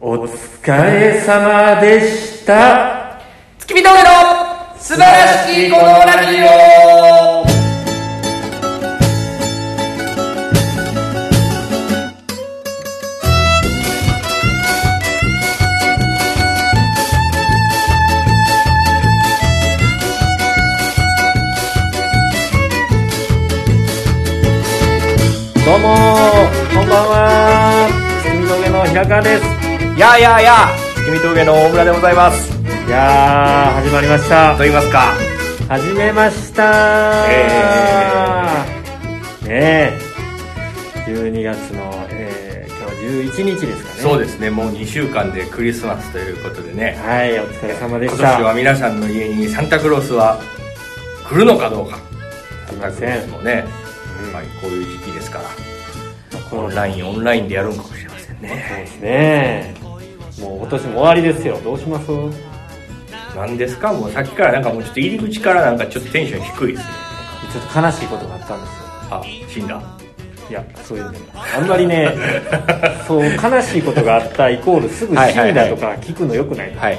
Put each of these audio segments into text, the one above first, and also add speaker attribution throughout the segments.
Speaker 1: お疲れ様でした。
Speaker 2: 月見峠の素晴らしきこのラジオ
Speaker 1: どうもこんばんは。月見峠の平川です。
Speaker 2: やあやあやあ月見峠の大村でございます
Speaker 1: いやー、始まりました
Speaker 2: と。言いますか
Speaker 1: 始めました。ねえ、12月の、えー、今日11日ですかね。
Speaker 2: そうですねもう2週間でクリスマスということでね
Speaker 1: はい、お疲れ様で
Speaker 2: 今
Speaker 1: し
Speaker 2: 年
Speaker 1: た。
Speaker 2: は皆さんの家にサンタクロースは来るのかどうかサンタクロースもね、
Speaker 1: うん
Speaker 2: はい、こういう時期ですから
Speaker 1: こ
Speaker 2: オ
Speaker 1: の
Speaker 2: ン
Speaker 1: そ
Speaker 2: ラインオンラインでやるのかもしれませんね
Speaker 1: うですね。もう今年も終わりですよ。どうします
Speaker 2: 何ですかもうさっきからなんかもうちょっと入り口からなんかちょっとテンション低いですね
Speaker 1: ちょっと悲しいことがあったんですよ。
Speaker 2: あ死んだ
Speaker 1: いやそういうねあんまり ねそう悲しいことがあったイコールすぐ死
Speaker 2: はいはい
Speaker 1: ん
Speaker 2: は
Speaker 1: だ
Speaker 2: い
Speaker 1: とか聞くのよくない,、
Speaker 2: はい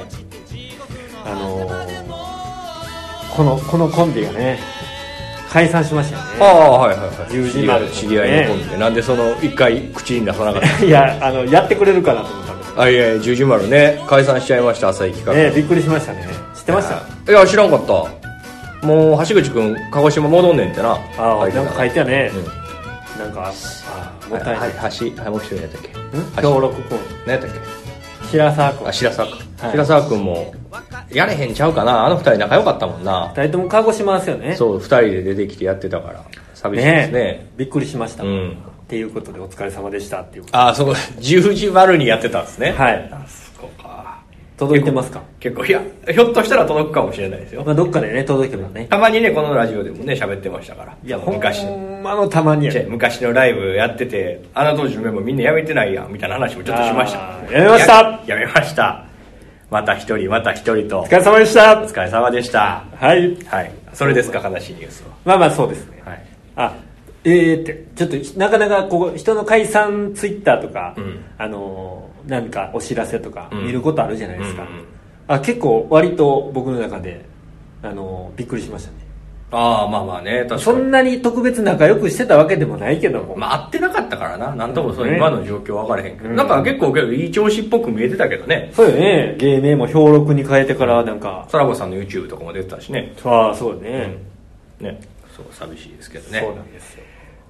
Speaker 1: あのーこのこのコンビがね解散しました
Speaker 2: あ
Speaker 1: よね
Speaker 2: あはいはいはい
Speaker 1: 友人まで
Speaker 2: 知り合いのコンビで、なんでその一回口に出さなかっ た
Speaker 1: いやあのやってくれるかなと思ったんです
Speaker 2: あいやいや十字丸ね解散しちゃいました朝行きから
Speaker 1: ねびっくりしましたね知ってました
Speaker 2: いや知らんかったもう橋口君鹿児島戻んねんってな
Speaker 1: ああ
Speaker 2: 書いて
Speaker 1: なん
Speaker 2: た
Speaker 1: か書いてたね、
Speaker 2: うん
Speaker 1: なんかあもったいな
Speaker 2: はいい橋はいもう一人やったっけ
Speaker 1: ん
Speaker 2: 橋
Speaker 1: 登録君
Speaker 2: 何やったっけ
Speaker 1: 白沢君
Speaker 2: あ白沢君
Speaker 1: はい
Speaker 2: 白沢君もやれへんちゃうかなあの二人仲良かったもんな
Speaker 1: 2人とも鹿児島ですよね
Speaker 2: そう二人で出てきてやってたから寂しいですね
Speaker 1: びっくりしました、
Speaker 2: うん
Speaker 1: っていうことでお疲れ様でしたっていう
Speaker 2: ああそう十字丸にやってたんですね
Speaker 1: はい
Speaker 2: あそうか
Speaker 1: 届いてますか
Speaker 2: 結構いやひょっとしたら届くかもしれないですよ
Speaker 1: まあ、どっかでね届いてもね
Speaker 2: たまにねこのラジオでもね喋ってましたから
Speaker 1: いやほん
Speaker 2: 昔
Speaker 1: まのたまにや
Speaker 2: 違う昔のライブやっててあの当時のメンバーみんなやめてないやんみたいな話もちょっとしました
Speaker 1: あーやめました
Speaker 2: ややめましたまた一人また一人と
Speaker 1: お疲れ様でした
Speaker 2: お疲れ様でした
Speaker 1: はい
Speaker 2: はいそれですか悲しいニュース
Speaker 1: まあまあそうですね
Speaker 2: ははい
Speaker 1: あえー、ってちょっとなかなかこう人の解散ツイッターとか、
Speaker 2: うん
Speaker 1: あのーなんかお知らせとか
Speaker 2: うん
Speaker 1: 見ることあるじゃないですか、
Speaker 2: うんうんうん
Speaker 1: あ結構割と僕の中で、あのーびっくりしましたね
Speaker 2: ああまあまあね確
Speaker 1: そ
Speaker 2: かに
Speaker 1: んなに特別仲良くしてたわけでもないけども、
Speaker 2: まあ合ってなかったからななんともそ
Speaker 1: ね
Speaker 2: の今の状況分からへんけど、
Speaker 1: うん
Speaker 2: なんか結構けどいい調子っぽく見えてたけどね
Speaker 1: そうよね芸名も氷録に変えてからなんか
Speaker 2: さらばさんの YouTube とかも出てたしね
Speaker 1: ああそうよね、
Speaker 2: ねそう寂しいですけどね
Speaker 1: そうなんですよ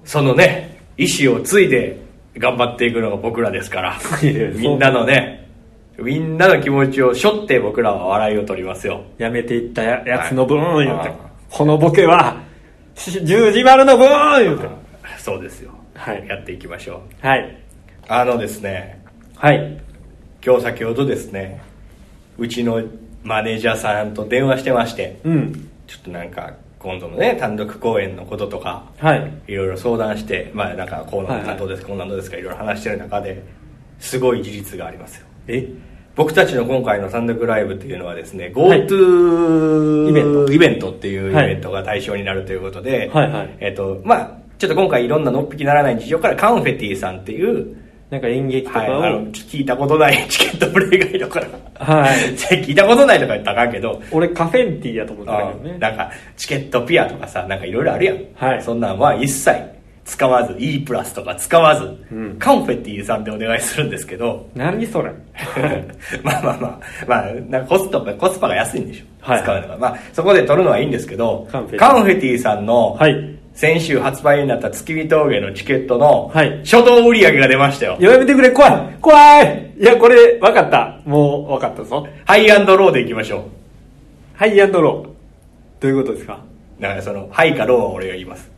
Speaker 2: そのね、意志を継いで頑張っていくのが僕らですから
Speaker 1: いや、そう
Speaker 2: みんなのね、みんなの気持ちを背負って僕らは笑いを取りますよ。
Speaker 1: やめていったややつの分
Speaker 2: はい
Speaker 1: 言うて、
Speaker 2: ああ
Speaker 1: このボケはし十字丸の分言うて
Speaker 2: そうですよ。
Speaker 1: はい
Speaker 2: やっていきましょう。
Speaker 1: はい
Speaker 2: あのですね、
Speaker 1: はい
Speaker 2: 今日先ほどですね、うちのマネージャーさんと電話してまして、
Speaker 1: うん
Speaker 2: ちょっとなんか今度のね、単独公演のこととか、
Speaker 1: はい
Speaker 2: いろいろ相談して、まあなんかこうなんなんどうですか、こうなんどうですか、いろいろ話してる中で、すごい事実がありますよ。
Speaker 1: え
Speaker 2: 僕たちの今回の単独ライブっていうのはですね
Speaker 1: はい
Speaker 2: GoTo
Speaker 1: イベント
Speaker 2: イベントっていうイ
Speaker 1: はい
Speaker 2: ベントが対象になるということで、
Speaker 1: はいはい
Speaker 2: えっとまあ、ちょっと今回いろんなのっぴきならない事情からカンフェティさんっていう、
Speaker 1: なんか演劇とか
Speaker 2: はい、
Speaker 1: を、
Speaker 2: あのちょっと聞いたことないチケットプレイガイドから、
Speaker 1: はい
Speaker 2: 聞いたことないとか言ったらあかんけど
Speaker 1: 俺カフェンティーやと思ってた
Speaker 2: あ
Speaker 1: けどね
Speaker 2: なんかチケットピアとかさなんかいろいろあるやん、
Speaker 1: はい
Speaker 2: そんなんは一切使わず E プラスとか使わず、
Speaker 1: うん
Speaker 2: カンフェティさんでお願いするんですけど
Speaker 1: 何それ
Speaker 2: まあまあまあ、まあ、なんかコストコスパが安いんでしょ、
Speaker 1: はい
Speaker 2: 使うのが、まあ、そこで取るのはいいんですけど
Speaker 1: カンフェティ
Speaker 2: カンフェティさんの
Speaker 1: はい
Speaker 2: 先週発売になった月見峠のチケットの
Speaker 1: はい
Speaker 2: 初動売り上げが出ましたよ、
Speaker 1: やめてくれ怖い怖いいやこれ分かったもう分かったぞ
Speaker 2: ハイアンドローでいきましょ
Speaker 1: ハイアンドローどういうことですか
Speaker 2: うだからそのハイかローは俺が言います、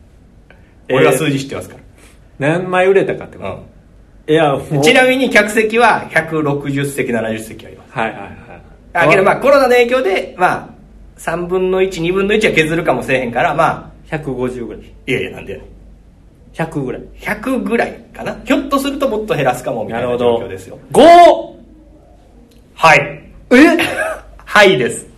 Speaker 2: 俺は数字知ってますか
Speaker 1: 何枚売れたかってこ
Speaker 2: ら、
Speaker 1: と、いやも
Speaker 2: うん、
Speaker 1: う
Speaker 2: ちなみに客席は160席70席あります
Speaker 1: はいはいはい
Speaker 2: あけどまあコロナの影響でまあ3分の12分の1は削るかもしれへんからまあ
Speaker 1: 150ぐらい
Speaker 2: いやいやなんでやねん
Speaker 1: 100ぐらい
Speaker 2: 100ぐらいかなひょっとするともっと減らすかもみた
Speaker 1: ないるほ
Speaker 2: な
Speaker 1: ど
Speaker 2: 状況ですよ
Speaker 1: 5!
Speaker 2: はい
Speaker 1: え
Speaker 2: はいです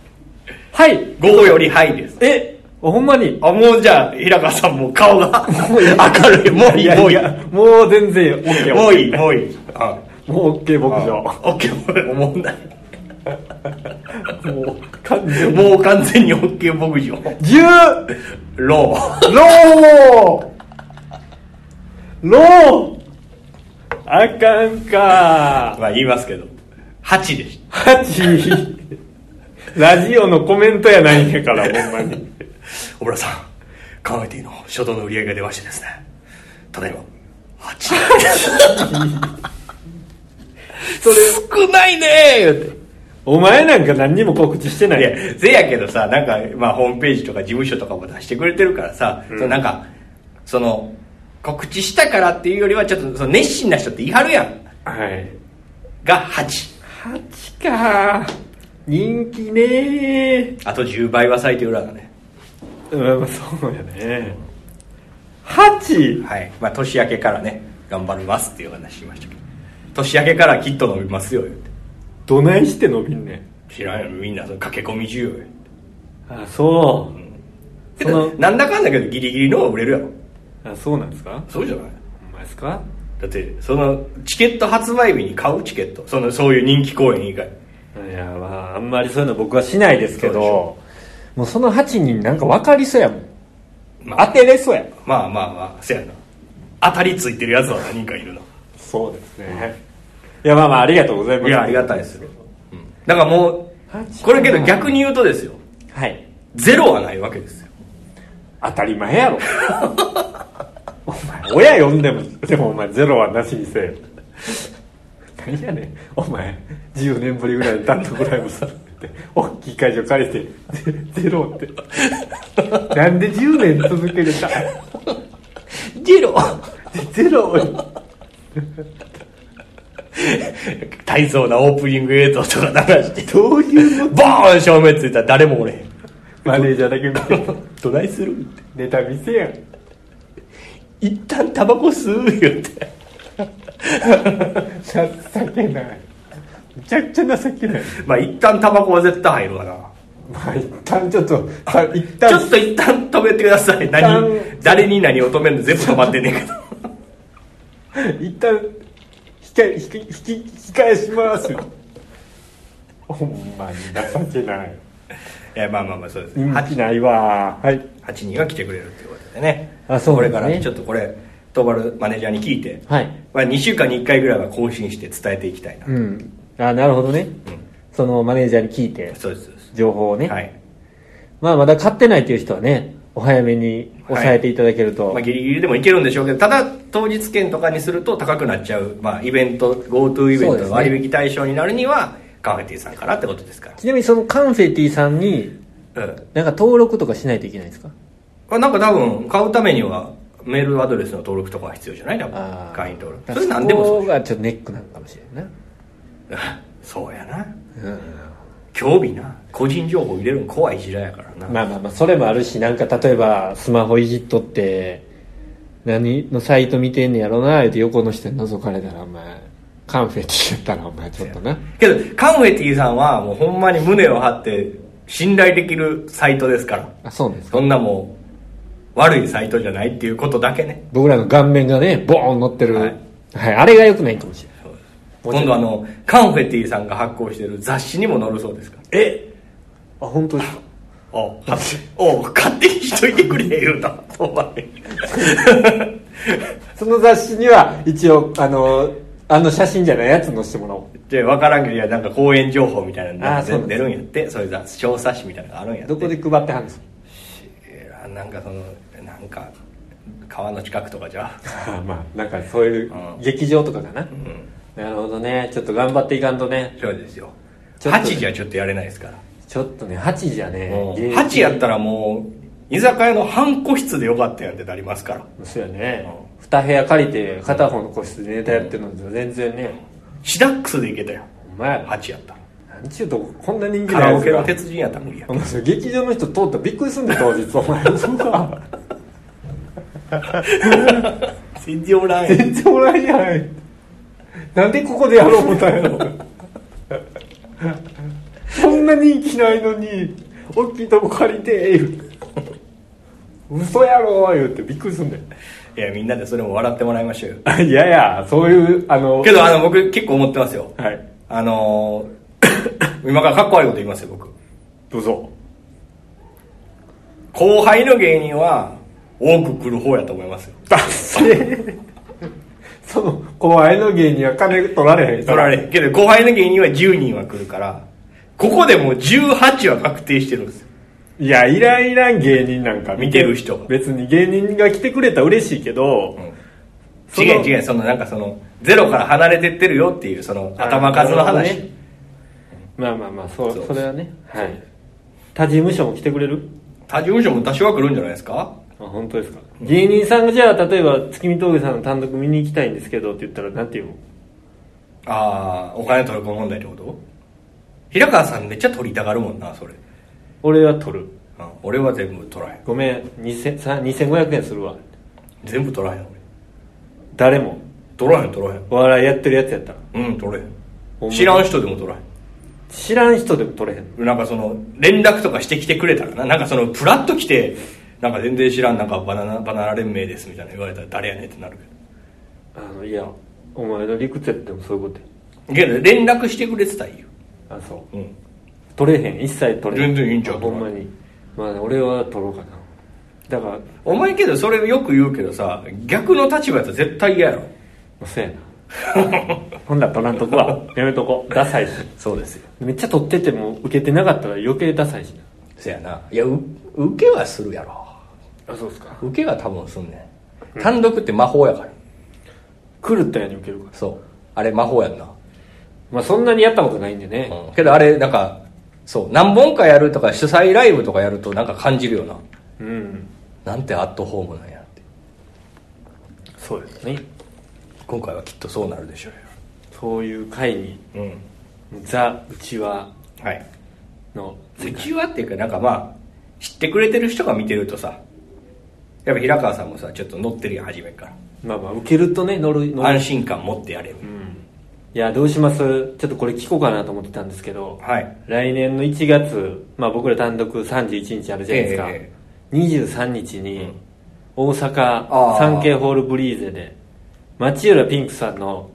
Speaker 1: はい
Speaker 2: 5よりはいです
Speaker 1: えほんまに
Speaker 2: あもうじゃあ平川さんもう顔が明るいもういいもういい
Speaker 1: もう全然 OK
Speaker 2: もういいもういいあ
Speaker 1: もう OK 牧場
Speaker 2: オッケーもう問題
Speaker 1: もう完全に
Speaker 2: もう完全にオッケー牧場
Speaker 1: 10
Speaker 2: ロ
Speaker 1: ローローあかん
Speaker 2: ー
Speaker 1: か
Speaker 2: まあ言いますけど8でし
Speaker 1: 8ラジオのコメントやないんやからほんまに
Speaker 2: た小倉さん考えていいの初動の売り上げが出ましてですねただ いま8
Speaker 1: それ
Speaker 2: 少ないねーって
Speaker 1: お前なんか何にも告知してないいやん
Speaker 2: や、せやけどさ、なんか、まあ、ホームページとか事務所とかも出してくれてるからさ、そのなんか、その、告知したからっていうよりは、ちょっと、その、熱心な人って言い張るやん。
Speaker 1: はい
Speaker 2: が8。
Speaker 1: 8か人気ねー
Speaker 2: あと10倍は最低裏だね。
Speaker 1: うんそうやね 8!
Speaker 2: はい。まあ、年明けからね、頑張りますっていう話しましたけど。年明けからきっと伸びますよ、言って。
Speaker 1: どないして伸びんねん
Speaker 2: 知らんよ、みんな、その駆け込み需要よ。
Speaker 1: あそう、
Speaker 2: け
Speaker 1: その
Speaker 2: ど なんだかんだけど、ギリギリのは売れるやろ。
Speaker 1: あそうなんですか
Speaker 2: そうじゃない
Speaker 1: お前ですか
Speaker 2: だって、その、チケット発売日に買うチケット。その、そういう人気公演以外。
Speaker 1: いやまああんまりそういうの僕はしないですけ
Speaker 2: そうでしょ
Speaker 1: どもうその8人なんか分かりそうやもん、
Speaker 2: まあ
Speaker 1: 当てれそうや
Speaker 2: まあまあまあせやな当たりついてるやつは何人かいるな
Speaker 1: そうですねいやまあまあありがとうございます
Speaker 2: いやありがたいですよ、うんだからもうこれけど逆に言うとですよ
Speaker 1: はい
Speaker 2: ゼロはないわけですよ
Speaker 1: 当たり前やろお前親呼んでもでもお前ゼロはなしにせえよ何やねんお前10年ぶりぐらいに単独ライブされて大きい会場借りてゼゼロってなんで10年続けるか
Speaker 2: ゼロ
Speaker 1: ゼロ
Speaker 2: 大層なオープニング映像とか流して
Speaker 1: どういう
Speaker 2: ボーン照明ついたら誰もおれへん
Speaker 1: マネージャーだけ見て
Speaker 2: どないする
Speaker 1: ネタ見せやん
Speaker 2: 一旦タバコ吸うよって
Speaker 1: 情けないめちゃくちゃ情けない
Speaker 2: まあ一旦タバコは絶対入るわな
Speaker 1: まあ一旦ちょっとさ一
Speaker 2: ちょ
Speaker 1: 旦
Speaker 2: っと一旦止めてください何
Speaker 1: 旦
Speaker 2: 誰に何を止めるの全部止まってんねんけ ど
Speaker 1: 一旦引き引き引き引き返しますよほんまに情けない
Speaker 2: いやまあまあまあそうです、
Speaker 1: 人気ないわはい
Speaker 2: 8人が来てくれるということでね
Speaker 1: あそう
Speaker 2: こ
Speaker 1: で
Speaker 2: れ
Speaker 1: すね
Speaker 2: からちょっとこれトーバルマネージャーに聞いて、
Speaker 1: はい
Speaker 2: まあ、2週間に1回ぐらいは更新して伝えていきたいな、
Speaker 1: うんあなるほどね、そのマネージャーに聞いて
Speaker 2: そうですそうです
Speaker 1: 情報をね、
Speaker 2: はい、
Speaker 1: まあまだ買ってないという人はねお早めに抑えていただけると、
Speaker 2: まあ、ギリギリでもいけるんでしょうけどただ当日券とかにすると高くなっちゃう、まあ、イベント GoTo イベ
Speaker 1: そう
Speaker 2: ン
Speaker 1: で
Speaker 2: ト
Speaker 1: す
Speaker 2: の
Speaker 1: ね
Speaker 2: 割引対象になるにはカフェティさんからってことですか
Speaker 1: ちなみにそのカンフェティさんに
Speaker 2: ら、うん
Speaker 1: なんか登録とかしないといけないんですか
Speaker 2: まあ、なんか多分買うためにはメールアドレスの登録とかは必要じゃない多
Speaker 1: あ
Speaker 2: 分
Speaker 1: ー
Speaker 2: 会員登録
Speaker 1: だ
Speaker 2: そ
Speaker 1: か
Speaker 2: れ
Speaker 1: ら
Speaker 2: 何でも
Speaker 1: そ
Speaker 2: そう
Speaker 1: こがちょっとネックなのかもしれんな
Speaker 2: そうやな
Speaker 1: うん
Speaker 2: 興味な個人情報入れるの怖い時代やからな
Speaker 1: まあまあまあそれもあるしなんか例えばスマホいじっとって何のサイト見てんねやろな言うて横の人に覗かれたらお前カンフェティやったらお前ちょっとな
Speaker 2: けどカンウェティさんはもうほんまに胸を張って信頼できるサイトですから
Speaker 1: あそうなんですか
Speaker 2: そんなもう悪いサイトじゃないっていうことだけね
Speaker 1: 僕らの顔面がねボーン乗ってる、は
Speaker 2: はいい
Speaker 1: あれが良くないかもしれない
Speaker 2: 今度あのカンフェティさんが発行してる雑誌にも載るそうですから
Speaker 1: えあ本当ですか
Speaker 2: おう勝手おう勝手にしといてくれ言うたお前
Speaker 1: その雑誌には一応あのあの写真じゃないやつ載せてもらおう
Speaker 2: じゃあ分からんけどいやなんか公演情報みたいな
Speaker 1: あー
Speaker 2: の
Speaker 1: そうなんで
Speaker 2: 出
Speaker 1: す
Speaker 2: るんやってそういう雑調査誌みたいなのがあるんやって
Speaker 1: どこで配ってはんですか
Speaker 2: えーなんかそのなんか川の近くとかじゃ
Speaker 1: あ まあなんかそういう劇場とかかな、
Speaker 2: うん
Speaker 1: なるほどねちょっと頑張っていかんとね
Speaker 2: そうですよ
Speaker 1: ちょっと
Speaker 2: 8時はちょっとやれないですから
Speaker 1: ちょっとね8じゃね
Speaker 2: もう
Speaker 1: 芸人
Speaker 2: 8やったらもう居酒屋の半個室でよかったやんってなりますから
Speaker 1: そうやね、二部屋借りて片方の個室でネタやってるのと全然ね、
Speaker 2: シダックスで行けたよ
Speaker 1: お前ら
Speaker 2: 8やったら
Speaker 1: なんちゅうとここんな人気な
Speaker 2: カ
Speaker 1: い
Speaker 2: ラ
Speaker 1: や
Speaker 2: オ
Speaker 1: つ
Speaker 2: ケの
Speaker 1: が
Speaker 2: 鉄人やったら無理や
Speaker 1: お前それ劇場の人通ったらびっくりすんで当日お前うわ
Speaker 2: 全然おらんやん
Speaker 1: 全然おらんやないなんでここでやろう思ったんやろそんな人気ないのに大きいとこ借りて言う嘘やろ言うてびっくりすんだよ
Speaker 2: いいやみんなでそれも笑ってもらいましょうよ
Speaker 1: あいやいやそういうあの
Speaker 2: けどあの僕結構思ってますよ
Speaker 1: はい
Speaker 2: あの ー今からかっこ悪いこと言いますよ僕
Speaker 1: どうぞ
Speaker 2: 後輩の芸人は多く来る方やと思いますよ
Speaker 1: 達成 その後輩の芸人は金取られへんか
Speaker 2: 取
Speaker 1: ら
Speaker 2: られへんけど後輩の芸人は10人は来るからここでもう18は確定してるんですよ
Speaker 1: いやいらんいらん芸人なんか
Speaker 2: 見てる人
Speaker 1: 別に芸人が来てくれたら嬉しいけど、その
Speaker 2: 違う違うそのなんかそのゼロから離れてってるよっていうその
Speaker 1: あー
Speaker 2: 頭数の
Speaker 1: なる
Speaker 2: 話、
Speaker 1: ほどねまあまあまあそう
Speaker 2: そ
Speaker 1: そうれはねはい他事務所も来てくれる
Speaker 2: 他事務所も多少は来るんじゃないですか
Speaker 1: あ本当ですか芸人さんがじゃあ例えば月見峠さんの単独見に行きたいんですけどって言ったらなんて言うの
Speaker 2: ああお金取る子問題ってこと平川さんめっちゃ取りたがるもんなそれ、
Speaker 1: 俺は取る
Speaker 2: うん、俺は全部取らへん
Speaker 1: ごめん2000さ2500円するわ
Speaker 2: 全部取らへん俺
Speaker 1: 誰も
Speaker 2: 取らへん取らへん
Speaker 1: お笑いやってるやつやったら
Speaker 2: うん取れへ
Speaker 1: ほん
Speaker 2: ん
Speaker 1: ま
Speaker 2: 知らん人でも取らへん
Speaker 1: 知らん人でも取れへん
Speaker 2: なんかその連絡とかしてきてくれたらななんかそのプラッと来てなんか全然知らんなんかバナナバナナ連盟ですみたいな言われたら誰やねんってなる
Speaker 1: あのいやお前の理屈やってもそういうこと
Speaker 2: けどけど連絡してくれてたらいいよ、
Speaker 1: やあそう
Speaker 2: うん、
Speaker 1: 取れへん一切取れへん
Speaker 2: 全然いいんちゃう
Speaker 1: ほんまにまあね俺は取ろうかなだからま
Speaker 2: お前けどそれよく言うけどさ逆の立場やったら絶対嫌やろ
Speaker 1: あそう やなほんなら取らんとこはやめとこダサいし
Speaker 2: そうですよ
Speaker 1: めっちゃ取ってても受けてなかったら余計ダサいし
Speaker 2: そやないやう受けはするやろ
Speaker 1: なあそうですか
Speaker 2: 受けは多分すんねん単独って魔法やから
Speaker 1: 狂ったように受けるから
Speaker 2: そうあれ魔法やんな、
Speaker 1: まあそんなにやったことないんでね、
Speaker 2: うん、けどあれなんかそう何本かやるとか主催ライブとかやるとなんか感じるよな
Speaker 1: うん
Speaker 2: なんてアットホームなんやって
Speaker 1: そうですね
Speaker 2: 今回はきっとそうなるでしょ
Speaker 1: そういう会に
Speaker 2: うようん
Speaker 1: ザ・うちわ
Speaker 2: は
Speaker 1: の
Speaker 2: いうちはっていうかなんかまあ知ってくれてる人が見てるとさやっぱ平川さんもさちょっと乗ってるやん初めか
Speaker 1: まあまあ受けるとね乗る
Speaker 2: ら
Speaker 1: 乗る
Speaker 2: 安心感持ってやれる、
Speaker 1: いやどうしますちょっとこれ聞こうかなと思ってたんですけど
Speaker 2: はい
Speaker 1: 来年の1月、まあ、僕ら単独31日あるじゃないですか、
Speaker 2: え
Speaker 1: 23日に大
Speaker 2: あー
Speaker 1: 阪サンケイホールブリーゼで町浦ピンクさんの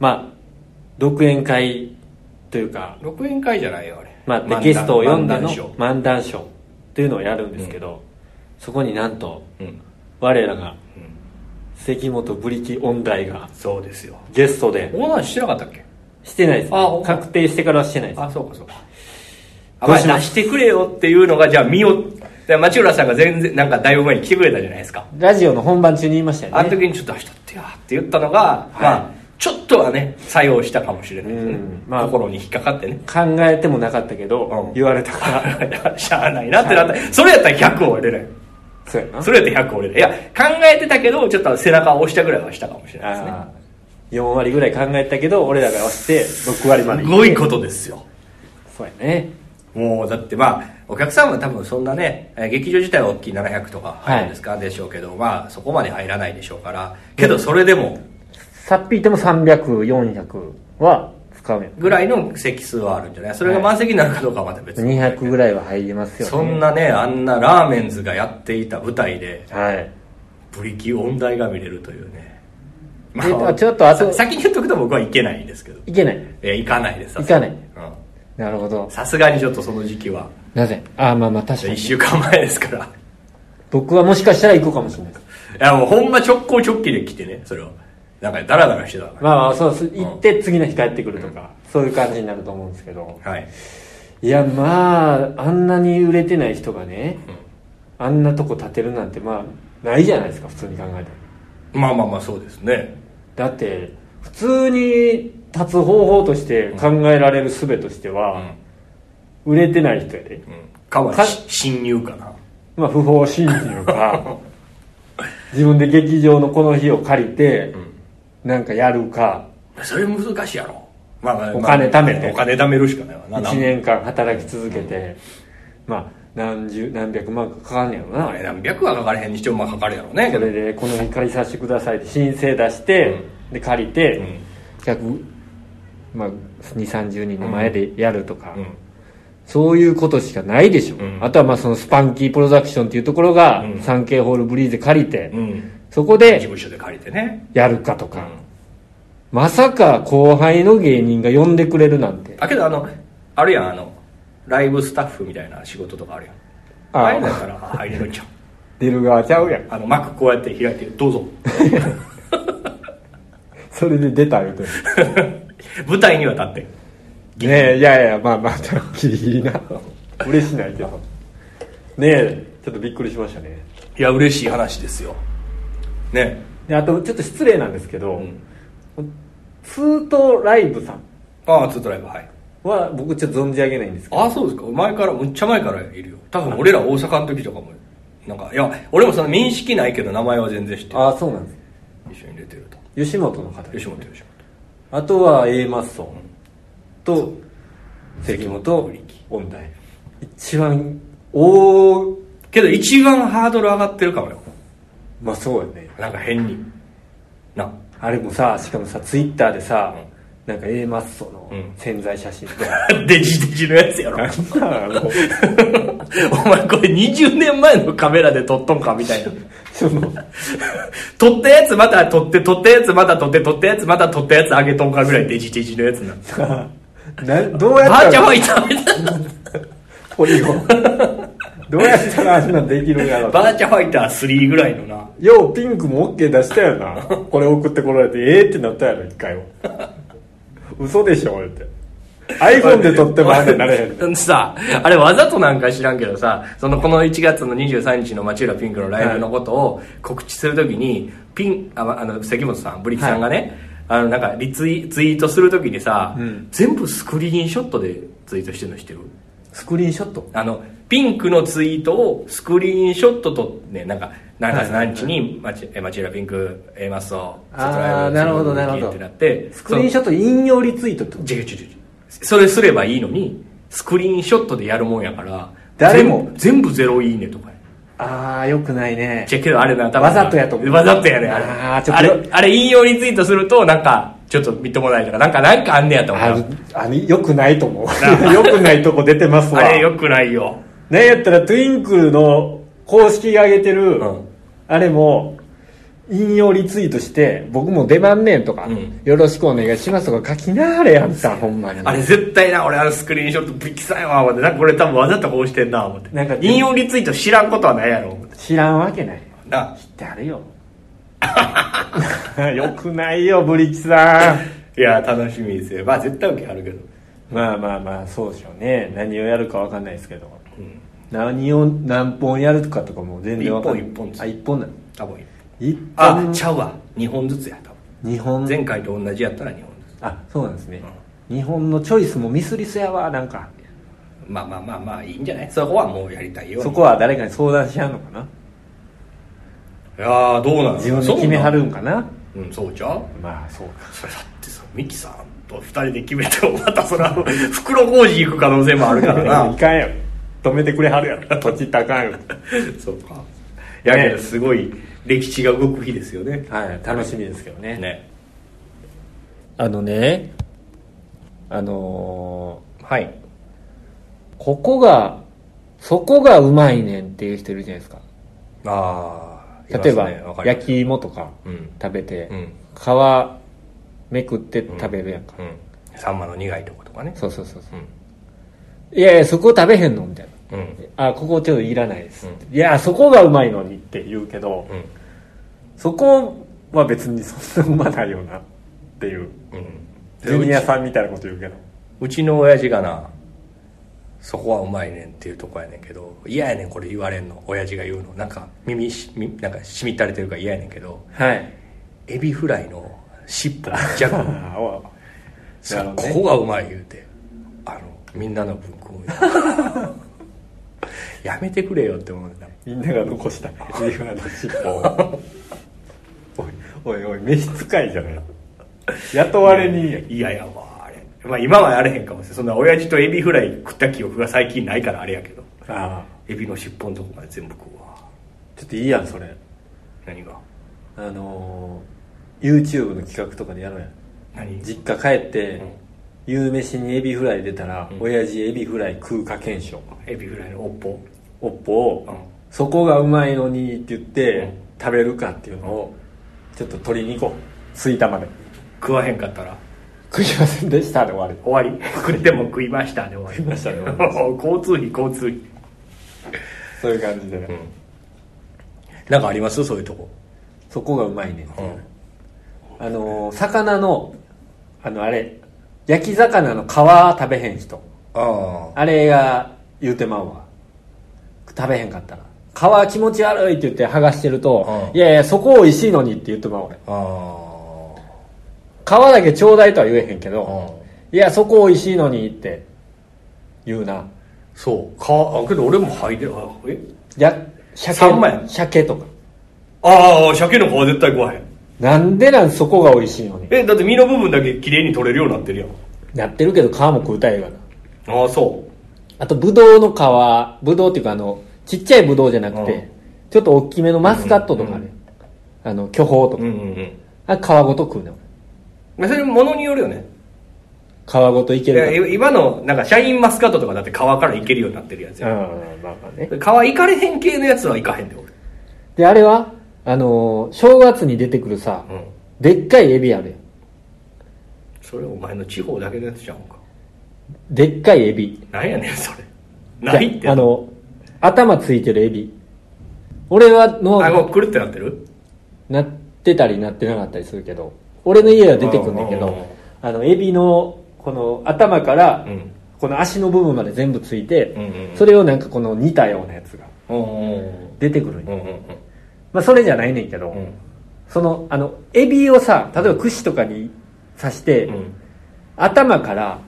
Speaker 1: まあ独演会というか、
Speaker 2: 6円会じゃないよあれ
Speaker 1: まあ、で
Speaker 2: 漫談
Speaker 1: ゲストを呼んで
Speaker 2: 漫
Speaker 1: の
Speaker 2: 談ショー
Speaker 1: 漫談ショーというのをやるんですけど、そこになんと
Speaker 2: うん
Speaker 1: 我らが関本ブリキ音大が
Speaker 2: そうですよ
Speaker 1: ゲストで
Speaker 2: オーナーしてなかったっけ
Speaker 1: してないです
Speaker 2: あほんま
Speaker 1: 確定してからはしてないです
Speaker 2: あそうかそうかあ
Speaker 1: どう
Speaker 2: まあ
Speaker 1: し
Speaker 2: 出
Speaker 1: ます
Speaker 2: してくれよっていうのがじゃあ見よで町浦さんが全然なんかだいぶ前に来てくれたじゃないですか
Speaker 1: ラジオの本番中に言いましたよね
Speaker 2: あの時にちょっと出しとってよって言ったのが、まあちょっとはね作用したかもしれないですね、
Speaker 1: うんまあ
Speaker 2: 心に引っかかってね
Speaker 1: 考えてもなかったけど、
Speaker 2: うん
Speaker 1: 言われた から
Speaker 2: しゃあないなってなった、それやったら100を折れない
Speaker 1: そうやな
Speaker 2: それやったら100を折れないいや考えてたけどちょっと背中を押したぐらいはしたかもしれないですね
Speaker 1: あー4割ぐらい考えたけど俺らが合わせて6割まです
Speaker 2: ごいことですよ
Speaker 1: そうやね
Speaker 2: もうだってまあお客さんは多分そんなねえー劇場自体は大きい700とか
Speaker 1: はい
Speaker 2: 入るんですか、でしょうけどまあそこまで入らないでしょうからけどそれでも
Speaker 1: さっぴいても300400は使うよ
Speaker 2: ぐらいの席数はあるんじゃないそれが満席になるかどうかはまた別に、
Speaker 1: 200ぐらいは入りますよね
Speaker 2: そんなねあんなラーメンズがやっていた舞台で
Speaker 1: はい
Speaker 2: ブリキ音大が見れるというね、
Speaker 1: えあちょっとあと
Speaker 2: さ先に言っとくと僕は行けないんですけど
Speaker 1: いけない
Speaker 2: え行かないです
Speaker 1: 行かない
Speaker 2: うん
Speaker 1: なるほど
Speaker 2: さすがにちょっとその時期は
Speaker 1: なぜああまあまあ確か
Speaker 2: 1
Speaker 1: に
Speaker 2: 週間前ですから
Speaker 1: 僕はもしかしたら行くかもしれないです
Speaker 2: いやもうほんま直行直帰で来てねそれをなんかダラダラしてたか
Speaker 1: まあまあそうす行って次の日帰ってくるとか、そういう感じになると思うんですけど
Speaker 2: らはい
Speaker 1: いやまああんなに売れてない人がね、あんなとこ建てるなんてまあないじゃないですか普通に考えたら
Speaker 2: まあまあまあそうですね
Speaker 1: だって普通に立つ方法として考えられる術としては、売れてない人やで、
Speaker 2: うんかは
Speaker 1: か
Speaker 2: し侵入かな
Speaker 1: まあ、不法侵入 か自分で劇場のこの日を借りて、なんかやるか
Speaker 2: それ難しいやろまあまあ、まあ
Speaker 1: お金貯めて
Speaker 2: お金貯めるしかないわな
Speaker 1: 1年間働き続けて、まあ何十何百万かかかんねやろな
Speaker 2: あれ何百はかかれへんにしてもまあかかるやろうねけ
Speaker 1: そ
Speaker 2: ど
Speaker 1: れでこの日借りさせてくださいって申請出して、で借りて、
Speaker 2: ん
Speaker 1: 100、まあ、2 3 0人の前でやるとか、
Speaker 2: ん
Speaker 1: そういうことしかないでしょ、あとはまあそのスパンキープロダクションっていうところが、サンケイホールブリーゼ借りて、
Speaker 2: うん
Speaker 1: そこ
Speaker 2: 事
Speaker 1: で
Speaker 2: 務所で借りてね
Speaker 1: やるかとか、まさか後輩の芸人が呼んでくれるなんて
Speaker 2: だけどあのあるやんあのライブスタッフみたいな仕事とかあるやん
Speaker 1: あ
Speaker 2: ああいうのやったらあ入れるんちゃう
Speaker 1: 出る側ちゃうやん
Speaker 2: あの幕こうやって開いてどうぞ
Speaker 1: それで出た言うて
Speaker 2: 舞台には立って
Speaker 1: ねえいやいやまあまあちょっといいな嬉しないけどねえちょっとびっくりしましたね
Speaker 2: いや嬉しい話ですよね
Speaker 1: であとちょっと失礼なんですけど、
Speaker 2: ん
Speaker 1: ツートライブさん
Speaker 2: ああツートライブはい
Speaker 1: は僕ちょっと存じ上げないんですけど
Speaker 2: ああそうですか前からむっちゃ前からいるよ多分俺ら大阪の時とかもなんかいや俺もその認識ないけど名前は全然知ってる
Speaker 1: ああそうなんです
Speaker 2: 一緒に出てると
Speaker 1: 吉本の方
Speaker 2: 吉本吉本
Speaker 1: あとは A マッソンと関本音大一番おお
Speaker 2: けど一番ハードル上がってるかもよ
Speaker 1: まあそうやね
Speaker 2: なんか変にな
Speaker 1: あれもさしかもさツイッターでさ、なんか A マッソの
Speaker 2: うん
Speaker 1: 潜在写真と か、
Speaker 2: デジデジのやつやろ
Speaker 1: あの
Speaker 2: お前これ20年前のカメラで撮っとんかみたいな
Speaker 1: その
Speaker 2: 撮ったやつまた撮って撮ったやつまた撮って撮ったやつまた撮ったやつ上げとんかぐらいデジデジのやつな
Speaker 1: さなどうや
Speaker 2: ば
Speaker 1: っ
Speaker 2: あち
Speaker 1: た
Speaker 2: ゃんは
Speaker 1: ら
Speaker 2: 痛めた
Speaker 1: ポリゴンどうやったらあんなんできるんやろ
Speaker 2: バーチャファイター3ぐらいのな
Speaker 1: ようピンクも OK 出したよなこれ送ってこられてええってなったやろ一回も嘘でしょ俺って iPhone で撮ってもあんなんなれへんねん
Speaker 2: んさあれわざとなんか知らんけどさそのこの1月の23日の町浦ピンクのライブのことを告知するときにピンあまあの関本さんブリキさんがね、あのなんかリツイツイートするときにさ、
Speaker 1: ん
Speaker 2: 全部スクリーンショットでツイートしてるの知ってる
Speaker 1: スクリーンショット
Speaker 2: あのピンクのツイートをスクリーンショットとねなんか何月何日に町え町浦ピンク A マッソ
Speaker 1: ああなるほどなるほど
Speaker 2: ってなって
Speaker 1: スクリーンショット引用リツイートってこと
Speaker 2: 違う違う違うそれすればいいのにスクリーンショットでやるもんやから
Speaker 1: 誰も
Speaker 2: 全部全部ゼロいいねとか
Speaker 1: ああよくないね
Speaker 2: じゃけどあれな多分
Speaker 1: わざとやと思う
Speaker 2: わざとやねあれ
Speaker 1: あーちょっ
Speaker 2: あ
Speaker 1: と
Speaker 2: れあれ引用リツイートするとなんかちょっとみっともないとかなんかなんかあんねやと思う
Speaker 1: あ
Speaker 2: な
Speaker 1: あれよくないと思 うよくないとこ出てますわ
Speaker 2: あれよくないよ
Speaker 1: なんやったらトゥインクルの公式が上げてる、
Speaker 2: うん
Speaker 1: あれも引用リツイートして「僕も出番ねん」とか、
Speaker 2: うん
Speaker 1: よろしくお願いします」とか書きなあれやんさほんまに
Speaker 2: あれ絶対な俺あのスクリーンショットびっきさんわ思ってなんかこれ多分わざとこうしてんな思って
Speaker 1: なんか
Speaker 2: 引用リツイート知らんことはないやろ思って
Speaker 1: 知らんわけない
Speaker 2: な
Speaker 1: 知ってあ るよ よくないよブリキさ
Speaker 2: いや楽しみですよまあ絶対受けあるけど
Speaker 1: んまあまあまあそうでしょうね何をやるかわかんないですけど、何を何本やるかとかも全然わかんない
Speaker 2: 一本一本
Speaker 1: あ一本なの
Speaker 2: 多分
Speaker 1: 一
Speaker 2: あ
Speaker 1: 本
Speaker 2: ちゃうわ2本ずつや多分
Speaker 1: 日本
Speaker 2: 前回と同じやったら2本ずつ
Speaker 1: あそうなんですね、日本のチョイスもミスリスやわなんか
Speaker 2: まあまあまあまあいいんじゃないそこはもうやりたいよ
Speaker 1: そこは誰かに相談しはんのかない
Speaker 2: やーどうなの
Speaker 1: 自分で決めはるんかな
Speaker 2: うんそうじゃう
Speaker 1: まあそうか
Speaker 2: それだってさミキさんと2人で決めてもまた そら袋小路行く可能性もあるから
Speaker 1: い
Speaker 2: な
Speaker 1: かんやろ止めてくれはるやろ土地ったらあかんよ
Speaker 2: そうかやけどすごい歴史が動く日ですよね
Speaker 1: はい楽しみですけどね
Speaker 2: ね
Speaker 1: あのねあの
Speaker 2: はい
Speaker 1: ーここがそこがうまいねんっていう人いるじゃないですか
Speaker 2: ああ
Speaker 1: 例えば、焼
Speaker 2: き
Speaker 1: き芋とか
Speaker 2: うん
Speaker 1: 食べて、
Speaker 2: うん
Speaker 1: 皮めくって食べるやんか、
Speaker 2: うんサンマの苦いとことかね
Speaker 1: そうそうそうそう、いやいやそこ食べへんのみたいな
Speaker 2: うん
Speaker 1: あここちょっといらないです、いやそこがうまいのにって言うけど、
Speaker 2: うん
Speaker 1: そこは別にそんなうまないよなっていう
Speaker 2: うん
Speaker 1: ジュニアさんみたいなこと言うけど
Speaker 2: うちの親父がなそこはうまいねんっていうとこやねんけど嫌やねんこれ言われんの親父が言うのなんか耳しみなんかしみったれてるから嫌やねんけど
Speaker 1: はい
Speaker 2: エビフライの尻尾じ
Speaker 1: あ
Speaker 2: ゃ
Speaker 1: あお
Speaker 2: そ
Speaker 1: なるほどね
Speaker 2: こがうまい言うてあのみんなの文句を やめてくれよって思うんだ
Speaker 1: みんなが残したエビフライの尻尾をおいおいおい召使いじゃない雇われ人や
Speaker 2: 嫌やわあれまあ今はやれへんかもしれんそんな親父とエビフライ食った記憶が最近ないからあれやけど
Speaker 1: ああ
Speaker 2: エビの尻尾のとこまで全部食うわ
Speaker 1: ちょっといいやんそれ
Speaker 2: 何が
Speaker 1: あのー、YouTube の企画とかでやろうやん
Speaker 2: 何
Speaker 1: 実家帰って、
Speaker 2: うん
Speaker 1: 夕飯にエビフライ出たら、
Speaker 2: ん
Speaker 1: 親父エビフライ食うか検証
Speaker 2: エビフライのおっぽ
Speaker 1: おっぽを、
Speaker 2: うん
Speaker 1: そこがうまいのにって言って、食べるかっていうのをちょっと取りに行こう吹田まで
Speaker 2: 食わへんかったら
Speaker 1: 食いませんでしたで終わり
Speaker 2: 終わり食っても食いましたで終わり
Speaker 1: 食いましたで終
Speaker 2: 交通費交通費
Speaker 1: そういう感じでね、
Speaker 2: なんかありますそういうとこ
Speaker 1: そこがうまいねんっていう
Speaker 2: うん
Speaker 1: あのー魚のあのあれ焼き魚の皮食べへん人
Speaker 2: あ
Speaker 1: あれが言うてまうわ食べへんかったら皮気持ち悪いって言って剥がしてると、
Speaker 2: うん
Speaker 1: いやいやそこ美味しいのにって言ってまう俺
Speaker 2: ああ
Speaker 1: 皮だけちょうだいとは言えへんけ
Speaker 2: あ
Speaker 1: ど、いやそこ美味しいのにって言うな
Speaker 2: そうかあけど俺も入ってるあえ
Speaker 1: や鮭
Speaker 2: 三枚
Speaker 1: 鮭とか
Speaker 2: ああ鮭の皮は絶対食わへん
Speaker 1: なんでなんそこが美味しいのに
Speaker 2: えだって身の部分だけ綺麗に取れるようになってるやん
Speaker 1: やってるけど皮も食うたいがな
Speaker 2: ああそ
Speaker 1: あとブドウの皮ブドウっていうかあのちっちゃいブドウじゃなくて、
Speaker 2: うん
Speaker 1: ちょっと大きめのマスカットとかあるやん、あの巨峰と
Speaker 2: う
Speaker 1: か、
Speaker 2: うんうんうん
Speaker 1: あ皮ごと食うね俺
Speaker 2: まあそれものによるよね
Speaker 1: 皮ごといけ
Speaker 2: いや
Speaker 1: る
Speaker 2: い今のなんかシャインマスカットとかだって皮からいけるようになってるやつ
Speaker 1: か
Speaker 2: やん
Speaker 1: うんまあまあね
Speaker 2: 皮いかれへん系のやつはいかへんで俺
Speaker 1: であれはあのー正月に出てくるさ、
Speaker 2: うん
Speaker 1: でっかいエビあるやん
Speaker 2: それお前の地方だけのやつちゃうんか
Speaker 1: でっかいエビ
Speaker 2: なんやねんそれないって
Speaker 1: あの頭ついてるエビ俺はの
Speaker 2: あもうくるってなってる
Speaker 1: なってたりなってなかったりするけど俺の家は出てくんだけ
Speaker 2: うんうんうん
Speaker 1: どあのエビのこの頭から、
Speaker 2: うん
Speaker 1: この足の部分まで全部ついて、
Speaker 2: うんうんうん
Speaker 1: それをなんかこの似たようなやつが
Speaker 2: うんうん
Speaker 1: 出てくるん
Speaker 2: う
Speaker 1: よ
Speaker 2: んうん
Speaker 1: まあそれじゃないねんけど、
Speaker 2: うん
Speaker 1: そのあのエビをさ例えば串とかに刺して、
Speaker 2: うん
Speaker 1: 頭から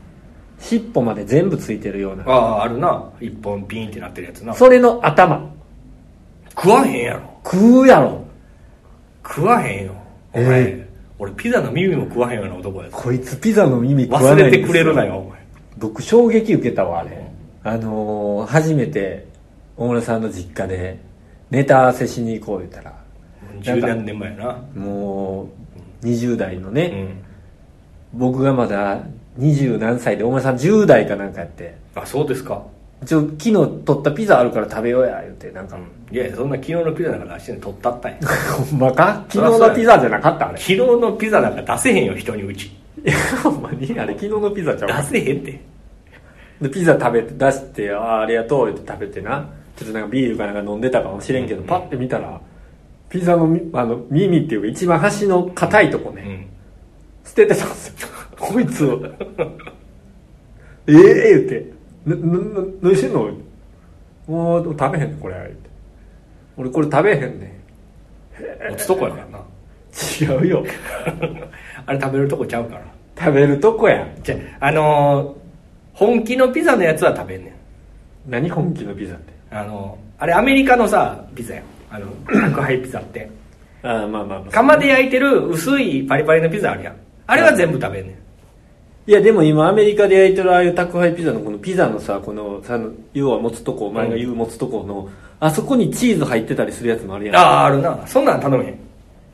Speaker 1: 尻尾まで全部ついてるような
Speaker 2: あああるな一本ピンってなってるやつな
Speaker 1: それの頭
Speaker 2: 食わへんやろ
Speaker 1: 食うやろ
Speaker 2: 食わへんよお前、俺ピザの耳も食わへんような男やぞ
Speaker 1: こいつピザの耳食わ
Speaker 2: 忘
Speaker 1: ない
Speaker 2: れ
Speaker 1: んです
Speaker 2: て
Speaker 1: よ
Speaker 2: くれるなよお前
Speaker 1: 僕衝撃受けたわあれあのー初めて大村さんの実家でネタ合わせしに行こう言ったら
Speaker 2: 十何年前やな
Speaker 1: もう20代の
Speaker 2: う
Speaker 1: ね、
Speaker 2: ん
Speaker 1: 僕がまだ20何歳で大村さん10代かなんかやって
Speaker 2: あそうですか
Speaker 1: ちょ昨日取ったピザあるから食べようや言ってなんか、
Speaker 2: いやいやそんな昨日のピザなんか出してんの取ったったんや 昨
Speaker 1: ほんまか昨日のピザじゃなかったあれ
Speaker 2: 日のピザなんか出せへんよ人にうち
Speaker 1: いや ほんまにあれ昨日のピザちゃうか
Speaker 2: 出せへんって
Speaker 1: でピザ食べて出してああありがとうって食べてなちょっとなんかビールかなんか飲んでたかもしれんけど、パッて見たらピザのみあの耳っていうか一番端の硬いとこね、
Speaker 2: ん
Speaker 1: 捨ててたんですよ こいつをええ言って「ななな何してんの?」もうでも食べへんねんこれ」言って「俺これ食べへんね
Speaker 2: 落ちとこやからな
Speaker 1: ん」違うよ
Speaker 2: あれ食べるとこちゃうから
Speaker 1: 食べるとこや
Speaker 2: じゃあのー本気のピザのやつは食べんねん
Speaker 1: 何本気のピザって
Speaker 2: あのーあれアメリカのさピザやんあの 宅配ピザって
Speaker 1: ああまあまあまあ
Speaker 2: 釜で焼いてる薄いパリパリのピザあるやんあれは全部食べんねん
Speaker 1: いやでも今アメリカで焼いてるああいう宅配ピザのこのピザのさこのさ要は持つとこお前が言う持つとこの、あそこにチーズ入ってたりするやつもあるやん
Speaker 2: あああるなそんなん頼めへん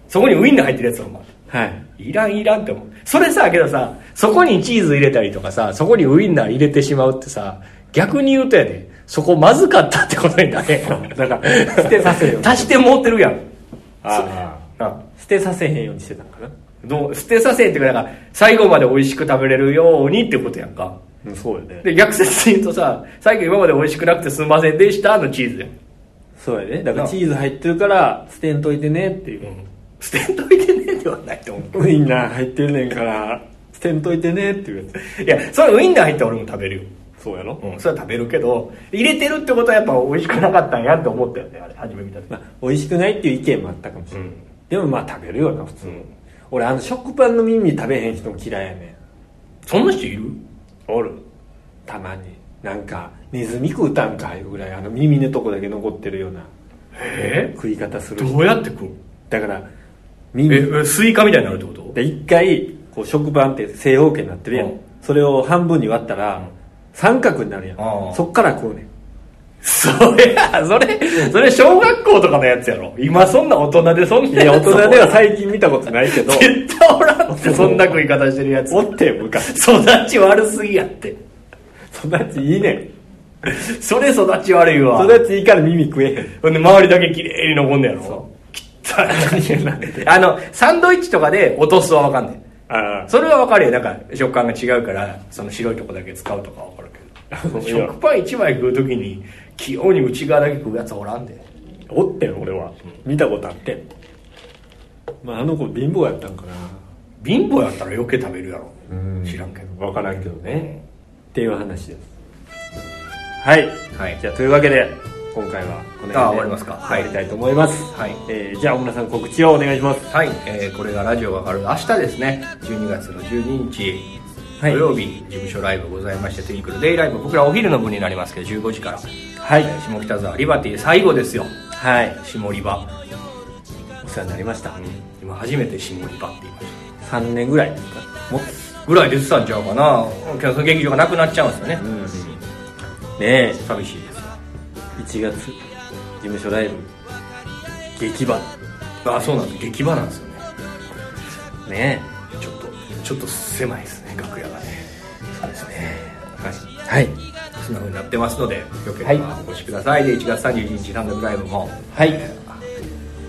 Speaker 2: そこにウインナー入ってるやつはお前
Speaker 1: はい
Speaker 2: いらんいらんって思うそれさけどさそこにチーズ入れたりとかさそこにウインナー入れてしまうってさ逆に言うとやでそこまずかったってことになれへん の
Speaker 1: だから捨てさせよ
Speaker 2: 足してもうてるやん
Speaker 1: あ
Speaker 2: あ
Speaker 1: 捨てさせへんようにしてたんかな
Speaker 2: どう捨てさせんっていうかなんか最後まで美味しく食べれるようにってことやんか
Speaker 1: うんそうよね
Speaker 2: で逆説に言うとさ最後今まで美味しくなくてすんませんでしたのチーズやん
Speaker 1: そうやねだからチーズ入ってるから捨てんといてねっていう、
Speaker 2: 捨てんといてねではないと思
Speaker 1: ウインナー入ってるねんから捨てんといてねっていうや
Speaker 2: ういやそれウインナー入ったら俺も食べるよ
Speaker 1: つそうやろ、
Speaker 2: うんそれは食べるけど入れてるってことはやっぱ美味しくなかったんやって思ったよねあれ初め見た時
Speaker 1: まあ、美味しくないっていう意見もあったかもしれない、
Speaker 2: うん
Speaker 1: でもまあ食べるよな普通、
Speaker 2: うん
Speaker 1: 俺あの食パンの耳食べへん人も嫌いやねん
Speaker 2: そんな人いる
Speaker 1: おるたまになんかネズミ食うたんかいうぐらいあの耳のとこだけ残ってるような
Speaker 2: え
Speaker 1: 食い方する
Speaker 2: どうやって食う
Speaker 1: だから
Speaker 2: え
Speaker 1: 耳
Speaker 2: えスイカみたいになるってこと
Speaker 1: で一回こう食パンって正方形になってるやん、
Speaker 2: うん
Speaker 1: それを半分に割ったら、三角になるやん、
Speaker 2: うん
Speaker 1: そっから食うねん
Speaker 2: それやそれそれ小学校とかのやつやろ今そんな大人でそん
Speaker 1: い
Speaker 2: な
Speaker 1: や
Speaker 2: や
Speaker 1: 大
Speaker 2: つ
Speaker 1: 人では最近見たことない けど
Speaker 2: 絶対おらんってそんな食い方してるやつ
Speaker 1: おってん昔
Speaker 2: 育ち悪すぎやって
Speaker 1: 育ちいいねん
Speaker 2: それ育ち悪いわ
Speaker 1: 育ちいいから耳食えへん
Speaker 2: ほんで周りだけ綺麗に残んねやろ
Speaker 1: 何がなんで
Speaker 2: あのサンドイッチとかで落とすは分かんない
Speaker 1: あ
Speaker 2: それは分かるよなんか食感が違うからその白いとこだけ使うとかは分かるけど
Speaker 1: いや
Speaker 2: 食パン1枚食う時に器用に内側だけ食うやつはおらんで
Speaker 1: おってん俺は見たことあってんまああの子貧乏やったんかな
Speaker 2: 貧乏やったら余計食べるやろ知らんけど
Speaker 1: 分からんけどねっていう話ですはい、
Speaker 2: はい
Speaker 1: じゃあというわけで今回はこの辺で
Speaker 2: あ終わりますか
Speaker 1: 終わりたいと思います、
Speaker 2: はい
Speaker 1: えーじゃあ小村さん告知をお願いします
Speaker 2: はい、えーこれがラジオが上がる明日ですね12月の12日土
Speaker 1: はい
Speaker 2: 曜日、事務所ライブございましてトゥインクルデイライブ僕らお昼の分になりますけど15時から、
Speaker 1: はい
Speaker 2: えー下北沢リバティ最後ですよ
Speaker 1: はい
Speaker 2: 下リバ
Speaker 1: お世話になりました、
Speaker 2: 今初めて下リバって言いまし
Speaker 1: 三3年ぐらいですかもっと
Speaker 2: たぐらい出てたんちゃうかなキャス劇場がなくなっちゃうんですよね、
Speaker 1: ねえ
Speaker 2: 寂しいです
Speaker 1: 1月事務所ライブ劇場
Speaker 2: あそうなんです劇場なんですよね
Speaker 1: ね
Speaker 2: ちょっとちょっと狭いですね楽屋がねそうですねはい
Speaker 1: えはい
Speaker 2: そんな風になってますので、よければお越しください。で、1月31日、単独ライブも、
Speaker 1: はい
Speaker 2: え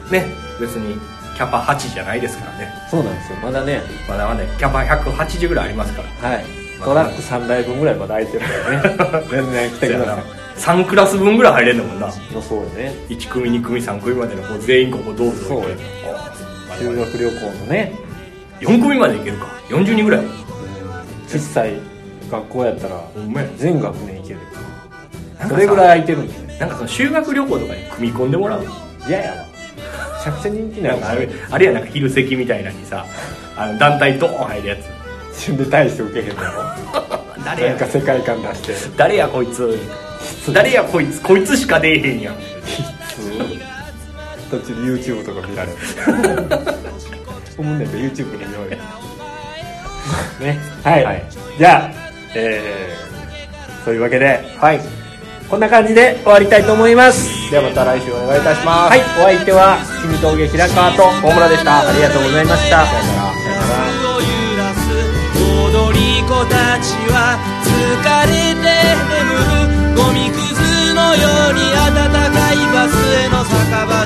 Speaker 2: ーね、別にキャパ8じゃないですからね。
Speaker 1: そうなんですよまだね
Speaker 2: まだまだキャパ180ぐらいありますから。
Speaker 1: はいトラック3台分ぐらいまだ空いてるから ね全然来てください
Speaker 2: 3クラス分ぐらい入れんのもんな。
Speaker 1: まあそうよね
Speaker 2: 1組、2組、3組までのこう全員ここどうぞ。
Speaker 1: そうや修学旅行のね
Speaker 2: 4組までいけるか。40人ぐらい。
Speaker 1: 小さい学校やったら
Speaker 2: ほんまや
Speaker 1: 全学年行ける
Speaker 2: なんかさ
Speaker 1: それぐらい空いてるんですね
Speaker 2: なんかその修学旅行とかに組み込んでもらう。
Speaker 1: 嫌やわめちゃくちゃ人気な
Speaker 2: なん
Speaker 1: ん
Speaker 2: か
Speaker 1: か
Speaker 2: あれあれやなんか昼席みたいなのにさ、あの団体ドーン入るやつ。
Speaker 1: 自分で大して受けへんだ ろ
Speaker 2: 誰
Speaker 1: な
Speaker 2: や
Speaker 1: んか世界観出して
Speaker 2: 誰やこいつ誰やこいつこいつしか出えへんやん
Speaker 1: 途中で YouTube とか見られるおもんねんけど YouTube で見ようよ
Speaker 2: ね
Speaker 1: はい、
Speaker 2: はい
Speaker 1: じゃあえー、そういうわけで
Speaker 2: はい
Speaker 1: こんな感じで終わりたいと思いますではまた来週お願いいたしますはいお相手は君峠平川と大村でしたありがとうございましたさよなら
Speaker 3: を揺らす踊り子たちは疲れて眠るゴミくずのように暖かいバスへの酒場